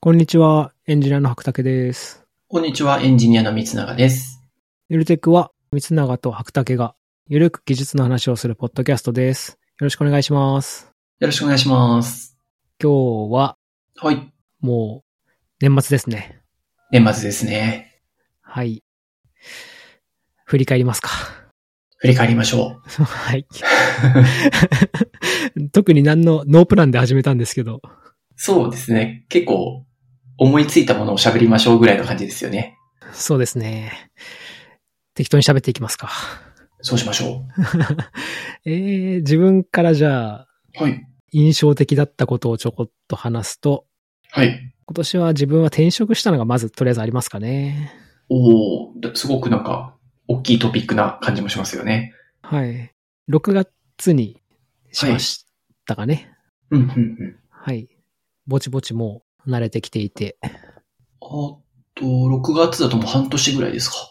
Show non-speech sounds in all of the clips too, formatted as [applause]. こんにちは、エンジニアの白竹です。こんにちは、エンジニアの三永です。ゆるテックは、三永と白竹が、ゆるく技術の話をするポッドキャストです。よろしくお願いします。よろしくお願いします。今日は、はい。もう、年末ですね。年末ですね。はい。振り返りますか。 [laughs] 振り返りましょはい。 [laughs] う。特に何のノープランで始めたんですけど、そうですね。結構、思いついたものを喋りましょうぐらいの感じですよね。そうですね。適当に喋っていきますか。そうしましょえー、自分からじゃあ、う。はい。印象的だったことをちょこっと話すと、はい。今年は自分は転職したのがまずとりあえずありますかね。おお、だすごくなんか、大きいトピックな感じもしますよね。はい。6月にしましたかね。うん、うん、うん。はい。ぼちぼちもう慣れてきていて、あと、6月だともう半年ぐらいですか。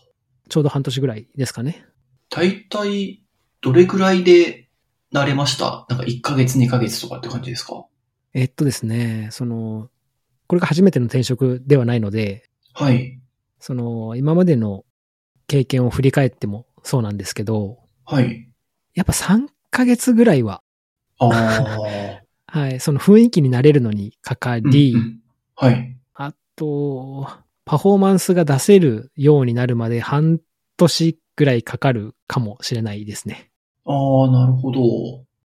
ちょうど半年ぐらいですかね。大体、どれぐらいで慣れましたなんか1ヶ月、2ヶ月とかって感じですかえっとですね、その、これが初めての転職ではないので、はい。その、今までの経験を振り返ってもそうなんですけど、はい。やっぱ3ヶ月ぐらいは、あ [laughs] あ。はい、その雰囲気になれるのにかかり、うんうんはい。あと、パフォーマンスが出せるようになるまで半年ぐらいかかるかもしれないですね。ああ、なるほど。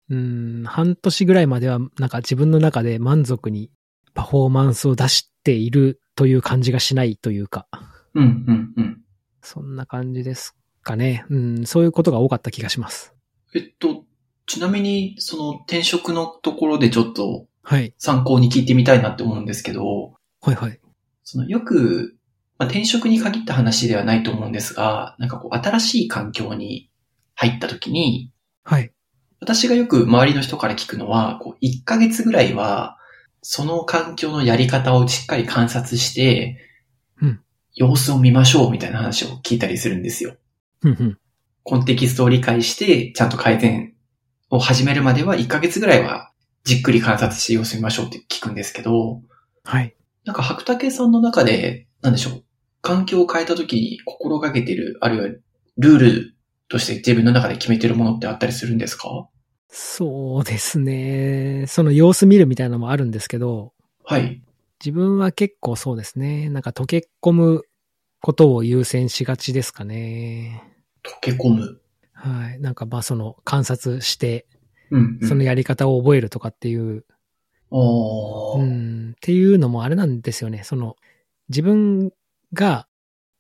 うん、半年ぐらいまではなんか自分の中で満足にパフォーマンスを出しているという感じがしないというか、うん、うん、うん。そんな感じですかね。うん、そういうことが多かった気がします。えっと、ちなみに、その転職のところでちょっとはい。参考に聞いてみたいなって思うんですけど、はいはい。そのよく、まあ、転職に限った話ではないと思うんですが、なんかこう、新しい環境に入った時に、はい。私がよく周りの人から聞くのは、こう、1ヶ月ぐらいは、その環境のやり方をしっかり観察して、うん様子を見ましょうみたいな話を聞いたりするんですよ。うんうん。コンテキストを理解して、ちゃんと改善を始めるまでは1ヶ月ぐらいはじっくり観察して様子見ましょうって聞くんですけど、はい。なんか白竹さんの中で、なんでしょう、環境を変えた時に心がけてる、あるいはルールとして自分の中で決めてるものってあったりするんですかそうですね。その様子見るみたいなのもあるんですけど、はい。自分は結構そうですね。なんか溶け込むことを優先しがちですかね。溶け込む。はい。なんかまあその観察して、うん、うん。そのやり方を覚えるとかっていう、あうーん、っていうのもあれなんですよね。その自分が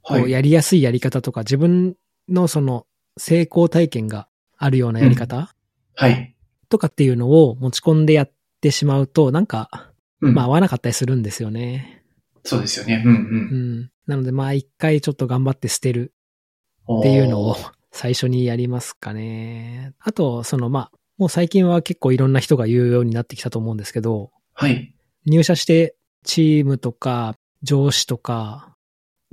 こはうい。やりやすいやり方とか、自分のその成功体験があるようなやり方はい。とかっていうのを持ち込んでやってしまうと、なんか、うん。まあ合わなかったりするんですよね。そうですよね。うんうん。うん。なのでまあ一回ちょっと頑張って捨てるおーっていうのを。最初にやりますかね。あと、そのまあ、もう最近は結構いろんな人が言うようになってきたと思うんですけど、はい。入社してチームとか上司とか、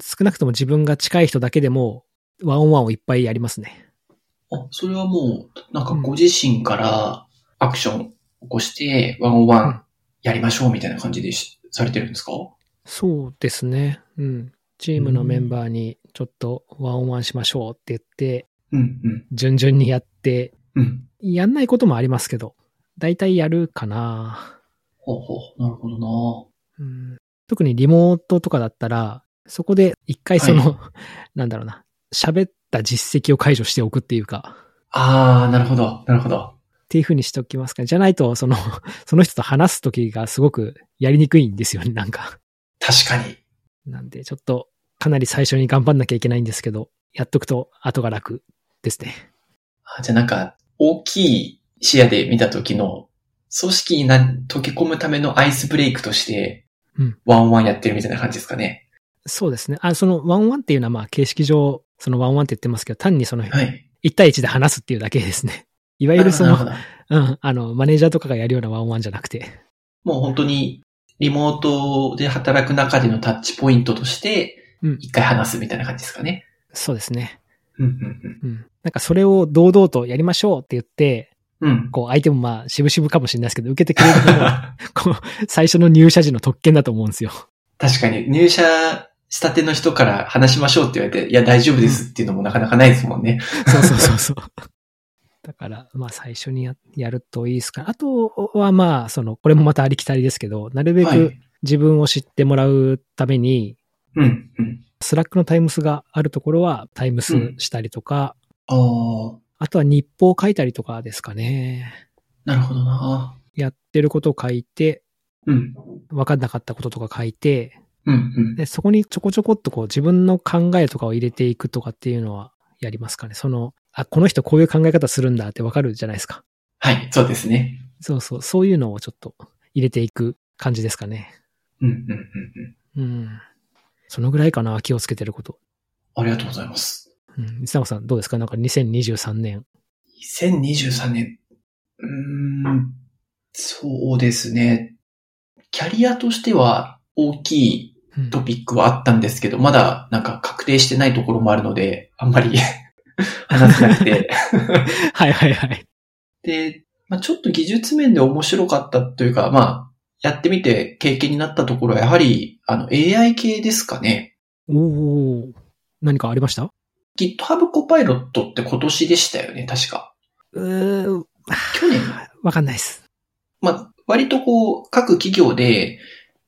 少なくとも自分が近い人だけでもワンオンワンをいっぱいやりますね。あ、それはもう、なんかご自身からアクション起こして、ワンオンワうんンやりましょうみたいな感じでしされてるんですかそうですね。うん。チームのメンバーにちょっとワンオンワンしましょうって言って、うん、うん、順々にやって、うん。やんないこともありますけど、だいたいやるかな。ほうほう、なるほどうん特にリモートとかだったら、そこで一回その、 [laughs] なんだろうな、喋った実績を解除しておくっていうか、なああー、なるほど、なるほど。っていう風にしておきますかね。じゃないと、その、 [laughs] その人と話すときがすごくやりにくいんですよね、なんか。確かに。なんで、ちょっと、かなり最初に頑張んなきゃいけないんですけど、やっとくと後が楽ですね。あじゃあなんか、大きい視野で見た時の、組織にな溶け込むためのアイスブレイクとしてうん、ワンオンワンやってるみたいな感じですかね。そうですね。あ、その、ワンオンワンっていうのは、まあ、形式上、そのワンオンワンって言ってますけど、単にその、はい。 1対1で話すっていうだけですね。いわゆるそなるほの、どなるほうん、あの、マネージャーとかがやるようなワンオンワンじゃなくて。どもう本当に、リモートで働く中でのタッチポイントとして、うん。一回話すみたいな感じですかね。そうですね。うんうんうん。なんかそれを堂々とやりましょうって言って、うん。うん。 [laughs] こう相手もまあ渋々かもしれないですけど、受けてくれるのが、こう、最初の入社時の特権だと思うんですよ。確かに入社したての人から話しましょうって言われて、いや、大丈夫ですっていうのもなかなかないですもんね。そうそうそうそう。だから、まあ最初にややるといいですか。あとはまあ、その、これもまたありきたりですけど、なるべはくい。自分を知ってもらうために、うん、うん。スラックのタイムスがあるところはタイムスしたりとか、ああ、あとは日報を書いたりとかですかね。なるほどな。やってることを書いて、うん、分かんなかったこととか書いて、うん、うん。で、そこにちょこちょこっとこう自分の考えとかを入れていくとかっていうのはやりますかね。その、あ、この人こういう考え方するんだってわかるじゃないですか。はい、そうですね。そうそう、そういうのをちょっと入れていく感じですかね。うん、うん、うん、うん。うん。そのぐらいかな、気をつけてること。ありがとうございます。うん。三山さんどうですかなんか2023年。 2023年。うーん、そうですね。キャリアとしては大きいうんトピックはあったんですけど、まだなんか確定してないところもあるので、あんまり [laughs] 話せなくて。はいはいはい。で、まあ、ちょっと技術面で面白かったというか、まあ、やってみて経験になったところは、やはり、あの、AI 系ですかね。おおー何かありました GitHub コパイロットって今年でしたよね、確か。うー去年わかんないです。まあ、割とこう、各企業で、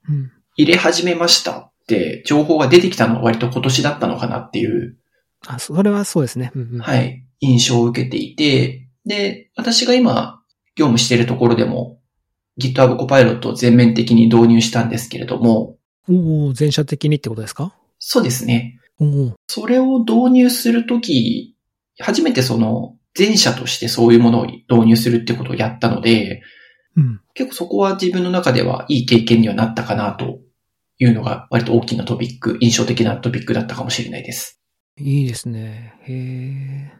うん。入れ始めましたって情報が出てきたのは割と今年だったのかなっていう、あ、それはそうですね。うんうん。はい、印象を受けていて、で、私が今、業務しているところでも GitHub コパイロットを全面的に導入したんですけれども、おお全社的にってことですかそうですね。おおそれを導入するとき、初めてその全社としてそういうものを導入するってことをやったので、うん。結構そこは自分の中ではいい経験にはなったかなというのが割と大きなトピック、印象的なトピックだったかもしれないです。いいですね。へえ。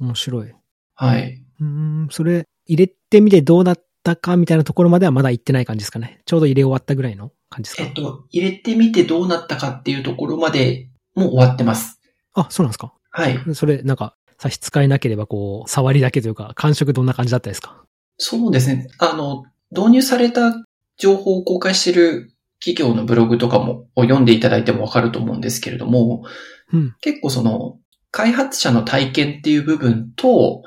面白い。うはい。ーん、それ、入れてみてどうだったかみたいなところまではまだ行ってない感じですかね。ちょうど入れ終わったぐらいの感じですか、えっと、入れてみてどうなったかっていうところまでもう終わってます。あ、そうなんですか。はい。それ、なんか、差し支えなければ、こう、触りだけというか、感触どんな感じだったですかそうですね。あの、導入された情報を公開している企業のブログとかもを読んでいただいてもわかると思うんですけれども、うん。結構その、開発者の体験っていう部分と、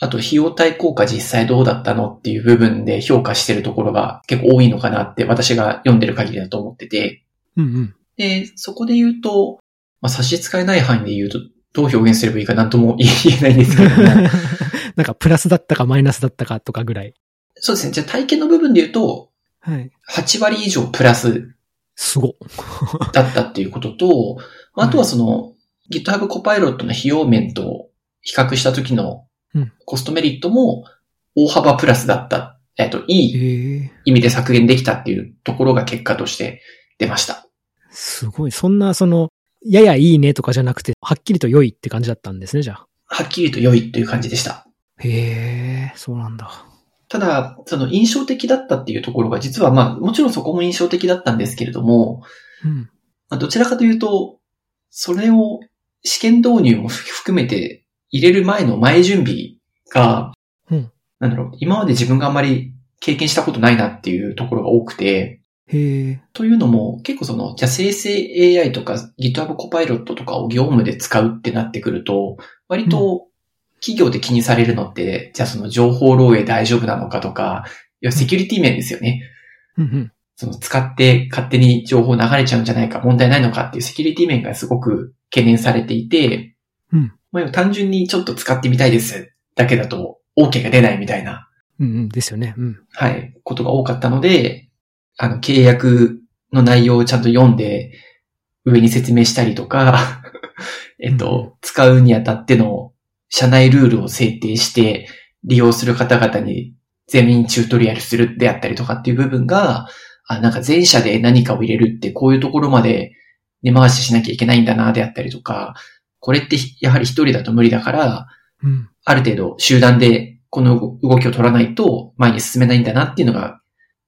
あと費用対効果実際どうだったのっていう部分で評価してるところが結構多いのかなって私が読んでる限りだと思ってて、うん [laughs] うん。で、そこで言うと、まあ、差し支えない範囲で言うと、どう表現すればいいかなんとも言えないんですけれども。 [laughs] なんか、プラスだったかマイナスだったかとかぐらい。そうですね。じゃあ体験の部分で言うと、はい。 8割以上プラスすごっ。だったっていうことと、まああとはその、GitHub コパイロットの費用面と比較した時のうんコストメリットも大幅プラスだった。えっと、いいへえ。意味で削減できたっていうところが結果として出ました。すごい。そんな、その、ややいいねとかじゃなくて、はっきりと良いって感じだったんですね、じゃあ。はっきりと良いという感じでした。へえ、そうなんだ。ただ、その印象的だったっていうところが、実はまあ、もちろんそこも印象的だったんですけれども、うん。まあ、どちらかというと、それを試験導入も含めて入れる前の前準備が、うんなんだろう、今まで自分があんまり経験したことないなっていうところが多くて、へえ。というのも、結構その、じゃあ生成 AI とか GitHub コパイロットとかを業務で使うってなってくると、割と企業で気にされるのって、じゃあその情報漏洩大丈夫なのかとか、いや、セキュリティ面ですよね。うんうん。その使って勝手に情報流れちゃうんじゃないか、問題ないのかっていうセキュリティ面がすごく懸念されていて、うんまあ単純にちょっと使ってみたいですだけだと OK が出ないみたいなうんうん。ですよね。うん。はい、ことが多かったので、あの、契約の内容をちゃんと読んで、上に説明したりとか、 [laughs] えっと、使うにあたっての社内ルールを制定して、利用する方々に全員チュートリアルするであったりとかっていう部分が、あ、なんか全社で何かを入れるってこういうところまで根回ししなきゃいけないんだなであったりとか、これってやはり一人だと無理だから、うん。ある程度集団でこの動動きを取らないと前に進めないんだなっていうのが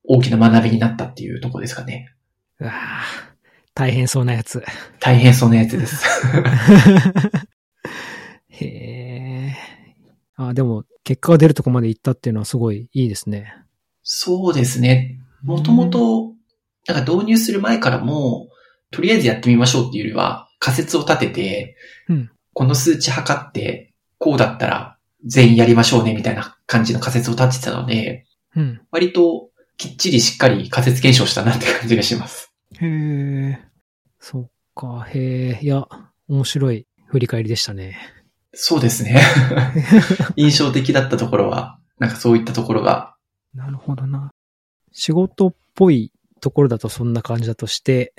大きな学びになったっていうところですかね。うわあ大変そうなやつ。 [laughs] 大変そうなやつです。へえ。あ、でも、結果が出るとこまで行ったっていうのはすごいいいですね。そうですね。もともとだから導入する前からも、とりあえずやってみましょうっていうよりは、仮説を立てて、うんこの数値測って、こうだったら全員やりましょうねみたいな感じの仮説を立ててたので、うん。割ときっちりしっかり仮説検証したなって感じがします。へえ。そっか、へえ。いや、面白い振り返りでしたね。そうですね。印象的だったところは、なんかそういったところが、 [laughs] なるほどな。仕事っぽいところだとそんな感じだとして、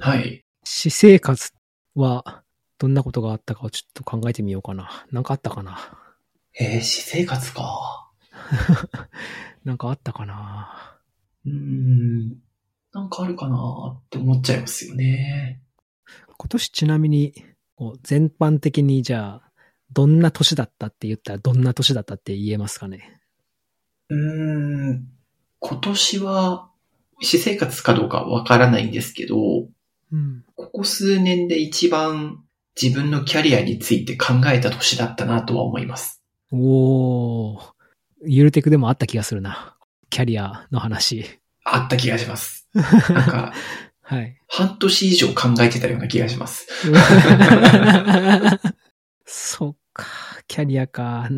はい。私生活はどんなことがあったかをちょっと考えてみようかな。なんかあったかな。 [laughs] えー、私生活か。なんかあったかな。うーん。なんかあるかなって思っちゃいますよね。今年ちなみに、こう全般的にじゃあ、どんな年だったって言ったらどんな年だったって言えますかね。うーん。今年は、私生活かどうかわからないんですけど、うん。ここ数年で一番自分のキャリアについて考えた年だったなとは思います。おー。ゆるテクでもあった気がするな。キャリアの話。あった気がし [laughs] ます。なんか、はい。半年以上考えてたような気がします。そっか、キャリアか。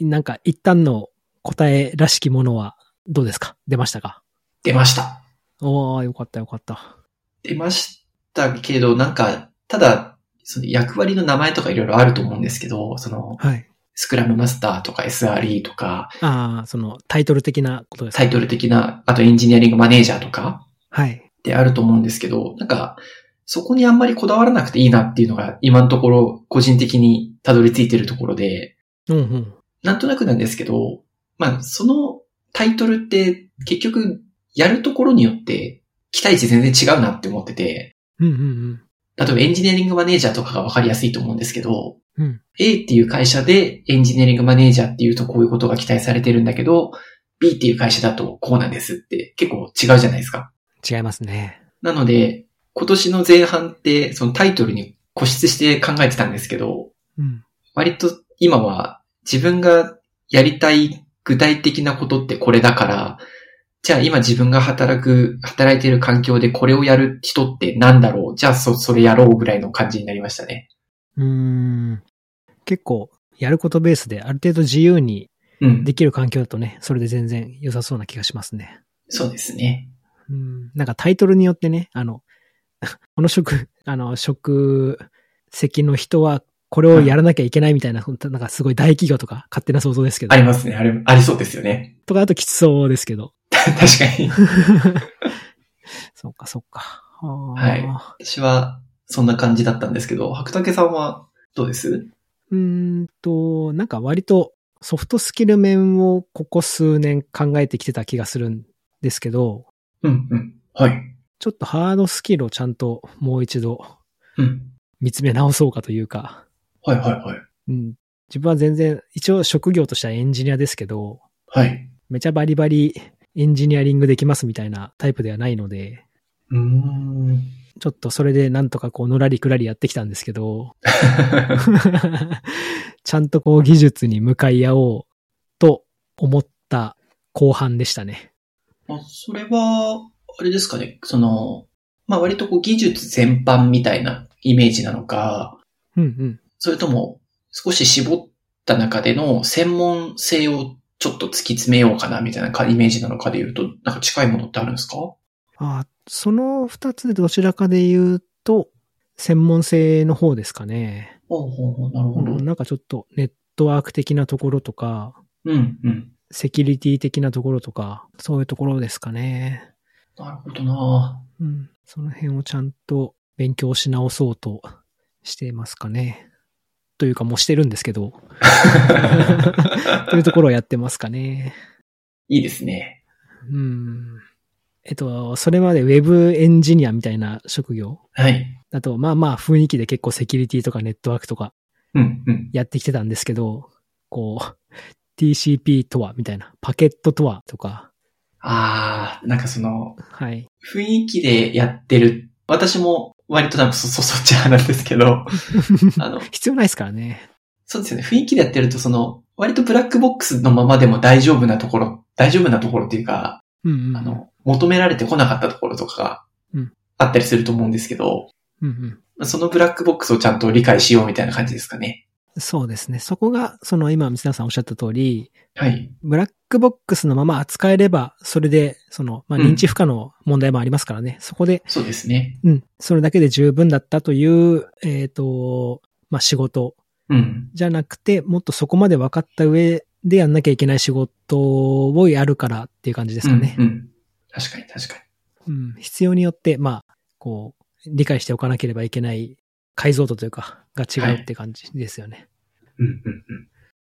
なんか一旦の答えらしきものはどうですか出ましたか出ました。おー、よかったよかった。出ましたけど、なんか、ただ、その役割の名前とかいろいろあると思うんですけど、その、はい。スクラムマスターとか SRE とか、ああ、そのタイトル的なことですかタイトル的な、あとエンジニアリングマネージャーとか、はい。ってあると思うんですけど、なんか、そこにあんまりこだわらなくていいなっていうのが今のところ個人的にたどり着いてるところで、うんうん。なんとなくなんですけど、まあそのタイトルって結局やるところによって期待値全然違うなって思ってて、うんうん例えばエンジニアリングマネージャーとかがわかりやすいと思うんですけど、うん。うん。 A っていう会社でエンジニアリングマネージャーっていうとこういうことが期待されてるんだけど、B っていう会社だとこうなんですって結構違うじゃないですか。違いますね。なので、今年の前半って、そのタイトルに固執して考えてたんですけど、うん。割と今は自分がやりたい具体的なことってこれだから、じゃあ今自分が働く、働いている環境でこれをやる人ってなんだろうじゃあそ、それやろうぐらいの感じになりましたね。うーん。結構、やることベースである程度自由にうん。できる環境だとね、それで全然良さそうな気がしますね。そうですね。うんなんかタイトルによってね、あの、 [laughs] この職、 [laughs] あの、職責の人は、これをやらなきゃいけないみたいな、本当なんかすごい大企業とか、勝手な想像ですけどあ、りますね。あれ、ありそうですよね。とかだときつそうですけ [laughs] ど。確かに。そっかそっか。ははい私はそんな感じだったんですけど、白竹さんはどうですうーんと、なんか割とソフトスキル面をここ数年考えてきてた気がするんですけど、うん、うん。はい。ちょっとハードスキルをちゃんともう一度うん。見つめ直そうかというか、はい、はい、はい。うん。自分は全然、一応職業としてはエンジニアですけど、はい。めちゃバリバリエンジニアリングできますみたいなタイプではないので、うー [laughs] ん。ちょっとそれでなんとかこう、のらりくらりやってきたんですけど、 [laughs] ちゃんとこう技術に向かい合おうと思った後半でしたね。まあそれは、あれですかね、その、まあ割とこう技術全般みたいなイメージなのか、うんうん。それとも少し絞った中での専門性をちょっと突き詰めようかなみたいなかイメージなのかで言うと、なんか近いものってあるんですかあその二つでどちらかで言うと、専門性の方ですかね。ほうほうほう、なるほど。なんかちょっとネットワーク的なところとか、うん、うん。セキュリティ的なところとか、そういうところですかね。なるほどなうん。その辺をちゃんと勉強し直そうとしてますかね。というかもうしてるんですけど、というところをやってますかね。 [laughs] いいですね。うん。えっと、それまでウェブエンジニアみたいな職業はい。だと、まあまあ雰囲気で結構セキュリティとかネットワークとかうん、うん。やってきてたんですけど、こう、TCP とはみたいな、パケットとはとか、あー、なんかその、はい。雰囲気でやってる。私も割と多分そ、そ、そっち派なんです [laughs] けど、あの、必要ないですからね。そうですよね。雰囲気でやってると、その、割とブラックボックスのままでも大丈夫なところ、大丈夫なところっていうか、うんうん。あ、の、求められてこなかったところとかうがんあったりすると思うんですけど、うんうん。そのブラックボックスをちゃんと理解しようみたいな感じですかね。そうですね。そこが、その今、水田さんおっしゃった通り、はい。ブラックボックスのまま扱えれば、それで、その、まあ、うん認知負荷の問題もありますからね。そこで、そうですね。うん、それだけで十分だったという、えっ、と、まあ、仕事うん。じゃなくて、もっとそこまで分かった上でやんなきゃいけない仕事をやるからっていう感じですかね。うん、うん。確かに確かに。うん、必要によって、まあ、こう、理解しておかなければいけない解像度というか、が違うって感じですよね。うんうんうん。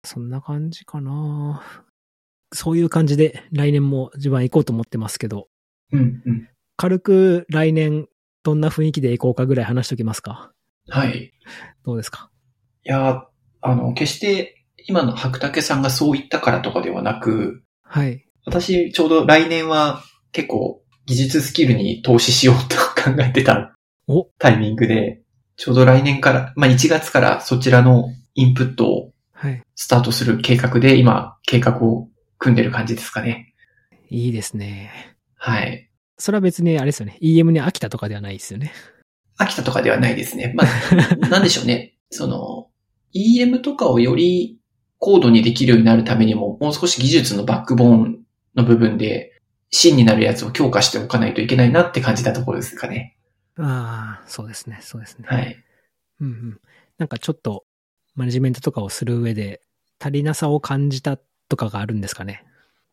そんな感じかなそういう感じで来年も自分は行こうと思ってますけど、うんうん。軽く来年どんな雰囲気で行こうかぐらい話しときますかはい。どうですかいやー、あの、決して今の白竹さんがそう言ったからとかではなく、はい。私ちょうど来年は結構技術スキルに投資しようと考えてたおタイミングで、ちょうど来年から、まあ1月からそちらのインプットをはい。スタートする計画で今計画を組んでる感じですかね。いいですね。はい。それは別にあれですよね。EM に飽きたとかではないですよね。秋田とかではないですね。まあ、 [laughs] なんでしょうね。その、EM とかをより高度にできるようになるためにも、もう少し技術のバックボーンの部分で、芯になるやつを強化しておかないといけないなって感じたところですかね。ああ、そうですね。そうですね。はい。うんうん。なんかちょっとマネジメントとかをする上で足りなさを感じたとかがあるんですかね。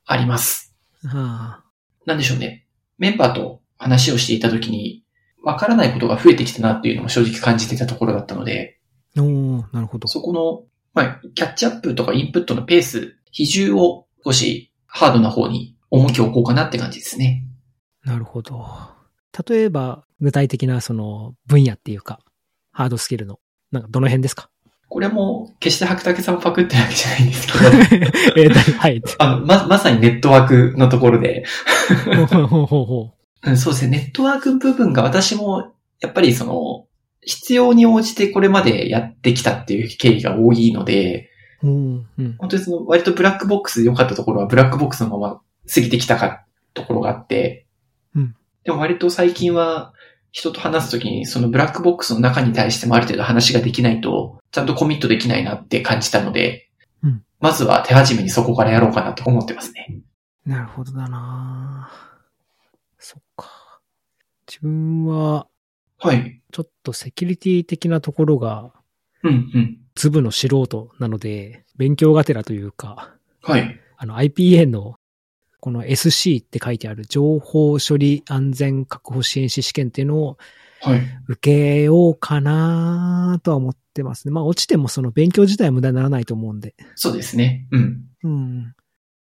あります。あなんでしょうね。メンバーと話をしていたときに、わからないことが増えてきたなっていうのも正直感じてたところだったので、あ。おーなるほど。そこの、まあ、キャッチアップとかインプットのペース、比重を少しハードな方に重きを置こうかなって感じですね。なるほど。例えば、具体的なその分野っていうか、ハードスキルの、なんかどの辺ですか [laughs] これも、決して白竹さんパクってるわけじゃないんですけど、えー、だはい。あの、ま、まさにネットワークのところで、ほう [laughs] ほうほうほうほうん、そうですね、ネットワーク部分が私も、やっぱりその、必要に応じてこれまでやってきたっていう経緯が多いので、う。うん。うん。本当にその、割とブラックボックスで良かったところは、ブラックボックスのまま過ぎてきたか、ところがあって、うんでも割と最近は、人と話すときに、そのブラックボックスの中に対してもある程度話ができないと、ちゃんとコミットできないなって感じたので、うんまずは手始めにそこからやろうかなと思ってますね。なるほどだなそっか。自分は、はい。ちょっとセキュリティ的なところが、うん、うん。粒の素人なので、勉強がてらというか、はい。あの IPA のこの SC って書いてある情報処理安全確保支援士試験っていうのをはい。受けようかなとは思ってますね。まあ落ちてもその勉強自体は無駄にならないと思うんで。そうですね。うん。うん。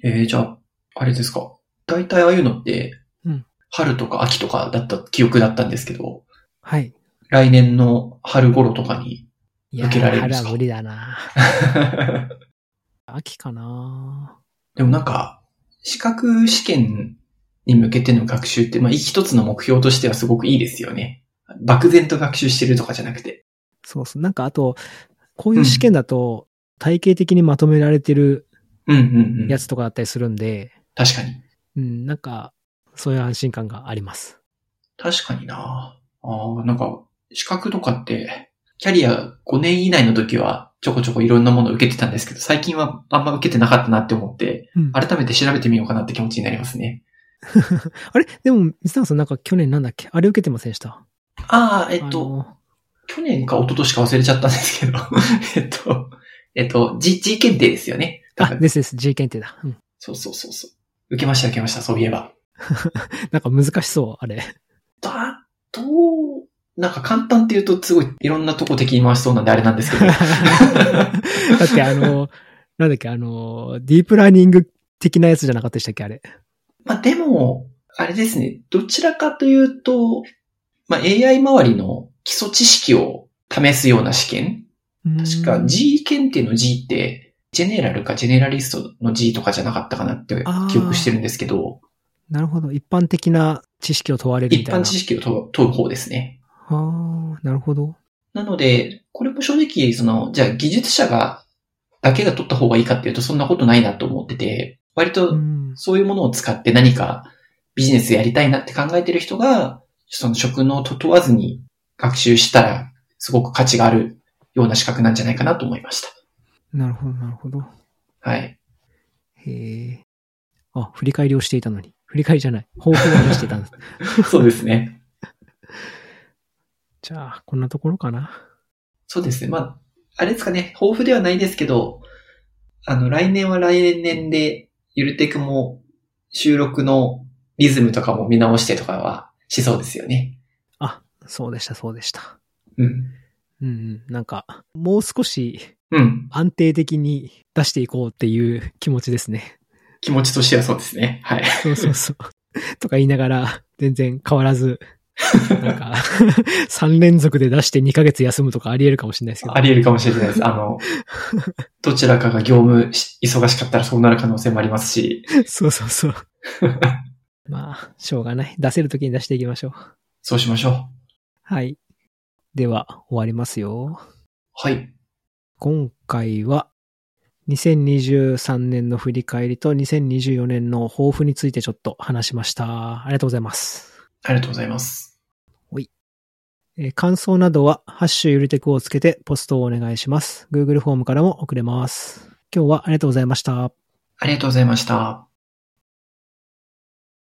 えー、じゃあ、あれですか。大体ああいうのって、うん春とか秋とかだった記憶だったんですけど、はい。来年の春頃とか [laughs] に。いや受けられるんですか春は無理だな [laughs] 秋かなでもなんか、資格試験に向けての学習って、まあ、一つの目標としてはすごくいいですよね。漠然と学習してるとかじゃなくて。そうそう。なんかあと、こういう試験だと体系的にまとめられてるうんうんうん。やつとかだったりするんで、確かに。うん、なんか、そういう安心感があります。確かになああ、なんか、資格とかって、キャリア5年以内の時はちょこちょこいろんなものを受けてたんですけど、最近はあんま受けてなかったなって思って、うん改めて調べてみようかなって気持ちになりますね。あれでも、水谷さんなんか去年なんだっけあれ受けてませんでしたああ、えあっと、の去年か一昨年か忘れちゃったんですけど、 [laughs] えっと、えっと、G、G 検定ですよね。多あ、分ですです。G 検定だ。うん。そうそうそうそう。受けました受けました、そういえば。なんか難しそう、あれ。だと、なんか簡単って言うとすごいいろんなとこ敵に回しそうなんであれなんですけど。 [laughs] だってあの、なんだっけ、あの、ディープラーニング的なやつじゃなかったでしたっけ、あれ。まあでも、あれですね、どちらかというと、まあ AI 周りの基礎知識を試すような試験確うかん G 検定の G って、ジェネラルかジェネラリストの G とかじゃなかったかなってあー記憶してるんですけど、なるほど。一般的な知識を問われるみ一たいな。般知識を問う問う方ですね。ああ、なるほど。なので、これも正直、その、じゃあ技術者が、だけが取った方がいいかっていうとそんなことないなと思ってて、割とんそういうものを使って何かビジネスやりたいなって考えてる人が、その職能と問わずに学習したら、すごく価値があるような資格なんじゃないかなと思いました。なるほど、なるほど。 [laughs] はい。へえ。あ、振り返りをしていたのに。振り返りじゃない。抱負を出して [laughs] たんです。そうですね。じゃあ、こんなところかな。そうですね。まあ、あれですかね、豊富ではないですけど、あの、来年は来年で、ゆるテクも収録のリズムとかも見直してとかはしそうですよね。あ、そうでした、そうでした。うん。うんうん、なんか、もう少しうん。安定的に出していこうっていう気持ちですね。気持ちとしてはそうですね。はい。そうそうそう。 [laughs] とか言いながら、全然変わらず、なんか、3連続で出して2ヶ月休むとかあり得るかもしれないですけど [laughs] あ。り得るかもしれないです。あ [laughs] の、どちらかが業務し忙しかったらそうなる可能性もありますし。そうそうそう。まあ、しょうがない。出せるときに出していきましょう。そうしましょう。はい。では、終わりますよ。はい。今回は、2023年の振り返りと2024年の抱負についてちょっと話しました。ありがとうございます。ありがとうございます。えー感想などは、ハッシュゆるテクをつけてポストをお願いします。Google フォームからも送れます。今日はありがとうございました。ありがとうございました。